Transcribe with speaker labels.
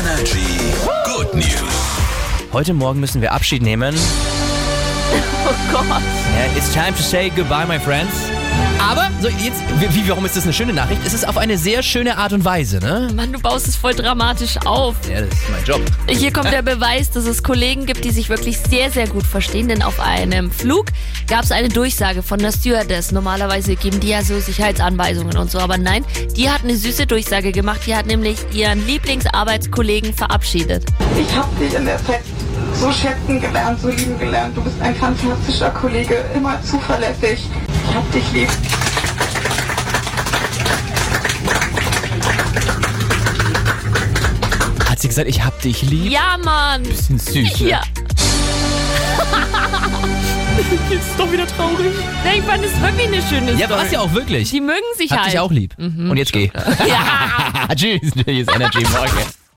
Speaker 1: Energy. Good News.
Speaker 2: Heute Morgen müssen wir Abschied nehmen.
Speaker 3: Oh Gott.
Speaker 2: Äh, It's time to say goodbye, my friends. Aber, so jetzt, wie, warum ist das eine schöne Nachricht? Es ist auf eine sehr schöne Art und Weise, ne?
Speaker 3: Mann, du baust es voll dramatisch auf.
Speaker 2: Ja, das ist mein Job.
Speaker 3: Hier kommt der Beweis, dass es Kollegen gibt, die sich wirklich sehr, sehr gut verstehen. Denn auf einem Flug gab es eine Durchsage von der Stewardess. Normalerweise geben die ja so Sicherheitsanweisungen und so. Aber nein, die hat eine süße Durchsage gemacht. Die hat nämlich ihren Lieblingsarbeitskollegen verabschiedet.
Speaker 4: Ich habe dich in der Zeit so schätzen gelernt, so lieben gelernt. Du bist ein fantastischer Kollege, immer zuverlässig. Ich hab dich lieb.
Speaker 2: Hat sie gesagt, ich hab dich lieb?
Speaker 3: Ja, Mann.
Speaker 2: Bisschen süß. Ne?
Speaker 3: Ja. Jetzt ist doch wieder traurig. Ja, ich fand es wirklich eine schöne
Speaker 2: Ja,
Speaker 3: Story.
Speaker 2: war's ja auch wirklich.
Speaker 3: Die mögen sich
Speaker 2: Hab
Speaker 3: halt.
Speaker 2: dich auch lieb. Und jetzt geh.
Speaker 3: Ja.
Speaker 2: Tschüss. Hier ist Energy Morgen.